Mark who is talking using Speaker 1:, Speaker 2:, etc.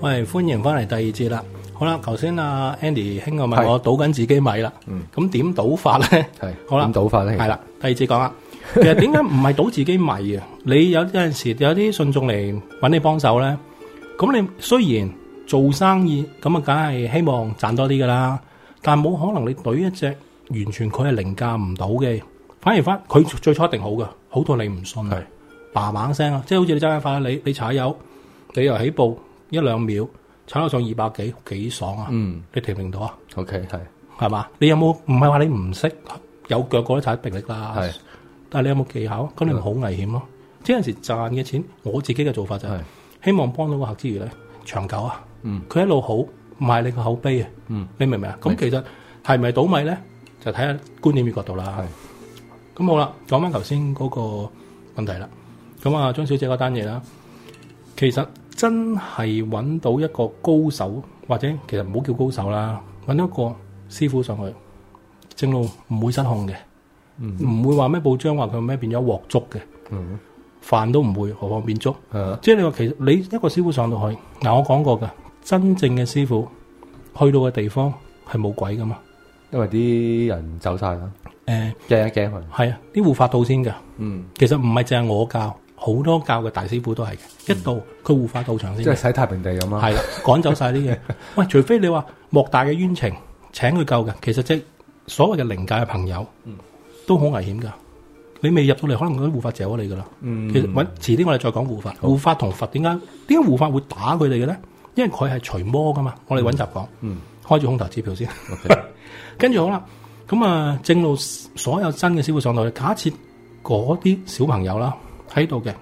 Speaker 1: 喂，歡迎翻嚟第二節啦。好啦，頭先阿 Andy 兄啊問我倒緊自己米啦，咁點倒法咧？
Speaker 2: 係
Speaker 1: 好啦，
Speaker 2: 點倒法呢
Speaker 1: 係啦，第二節講啦。其實點解唔係倒自己米啊？ 你有有陣時有啲信眾嚟揾你幫手咧，咁你雖然做生意咁啊，梗係希望賺多啲噶啦，但冇可能你懟一隻完全佢係凌駕唔到嘅，反而翻佢最初一定好噶，好到你唔信啊
Speaker 2: 係，
Speaker 1: 叭猛聲啊！即係好似你揸緊法拉利，你踩油，你由起步一兩秒踩到上二百幾，幾爽啊！
Speaker 2: 嗯
Speaker 1: 你停唔停到啊？
Speaker 2: ，OK，係
Speaker 1: 係嘛？你有冇唔係話你唔識有腳嗰啲踩迫力啦？
Speaker 2: 係
Speaker 1: 但係你有冇技巧？咁你咪好危險咯。即係有陣時賺嘅錢，我自己嘅做法就係、
Speaker 2: 係
Speaker 1: 希望幫到個客之餘咧，長久啊。嗯，佢一路好，唔係你個口碑啊。嗯，你明唔明啊？咁其實係咪倒米咧，就睇下觀點與角度啦。咁好啦，講翻頭先嗰個問題啦。咁啊，張小姐嗰單嘢啦，其實真係揾到一個高手，或者其實唔好叫高手啦，揾到一個師傅上去，正路唔會失控嘅，唔、會話咩報章話佢咩變咗鍋粥嘅，
Speaker 2: 嗯
Speaker 1: 飯都唔會，何況變粥。
Speaker 2: 啊
Speaker 1: 即係你話其實你一個師傅上到去，嗱我講過噶，真正嘅師傅去到嘅地方係冇鬼噶嘛，
Speaker 2: 因為啲人走晒啦，
Speaker 1: 誒、
Speaker 2: 驚一驚佢。
Speaker 1: 係啊，啲護法道先㗎。
Speaker 2: 嗯，
Speaker 1: 其實唔係淨係我教，好多教嘅大師傅都係嘅。一到佢護法道場先
Speaker 2: 即
Speaker 1: 嘅，
Speaker 2: 係洗太平地咁啊啦。
Speaker 1: 係啦，趕走晒啲 嘢。喂，除非你話莫大嘅冤情請佢救嘅，其實即係所謂嘅靈界嘅朋友，都好危險㗎。你未入到嚟，可能嗰啲護法嚼咗你㗎啦。
Speaker 2: 嗯
Speaker 1: 其實揾遲啲我哋再講護法，護法同佛點解點解護法會打佢哋嘅咧？因為佢係除魔㗎嘛。我哋揾集講，
Speaker 2: 嗯
Speaker 1: 開住空頭支票 先。
Speaker 2: ，OK，
Speaker 1: 跟住好啦，咁啊正路所有真嘅師傅上到去，假設嗰啲小朋友啦喺度嘅，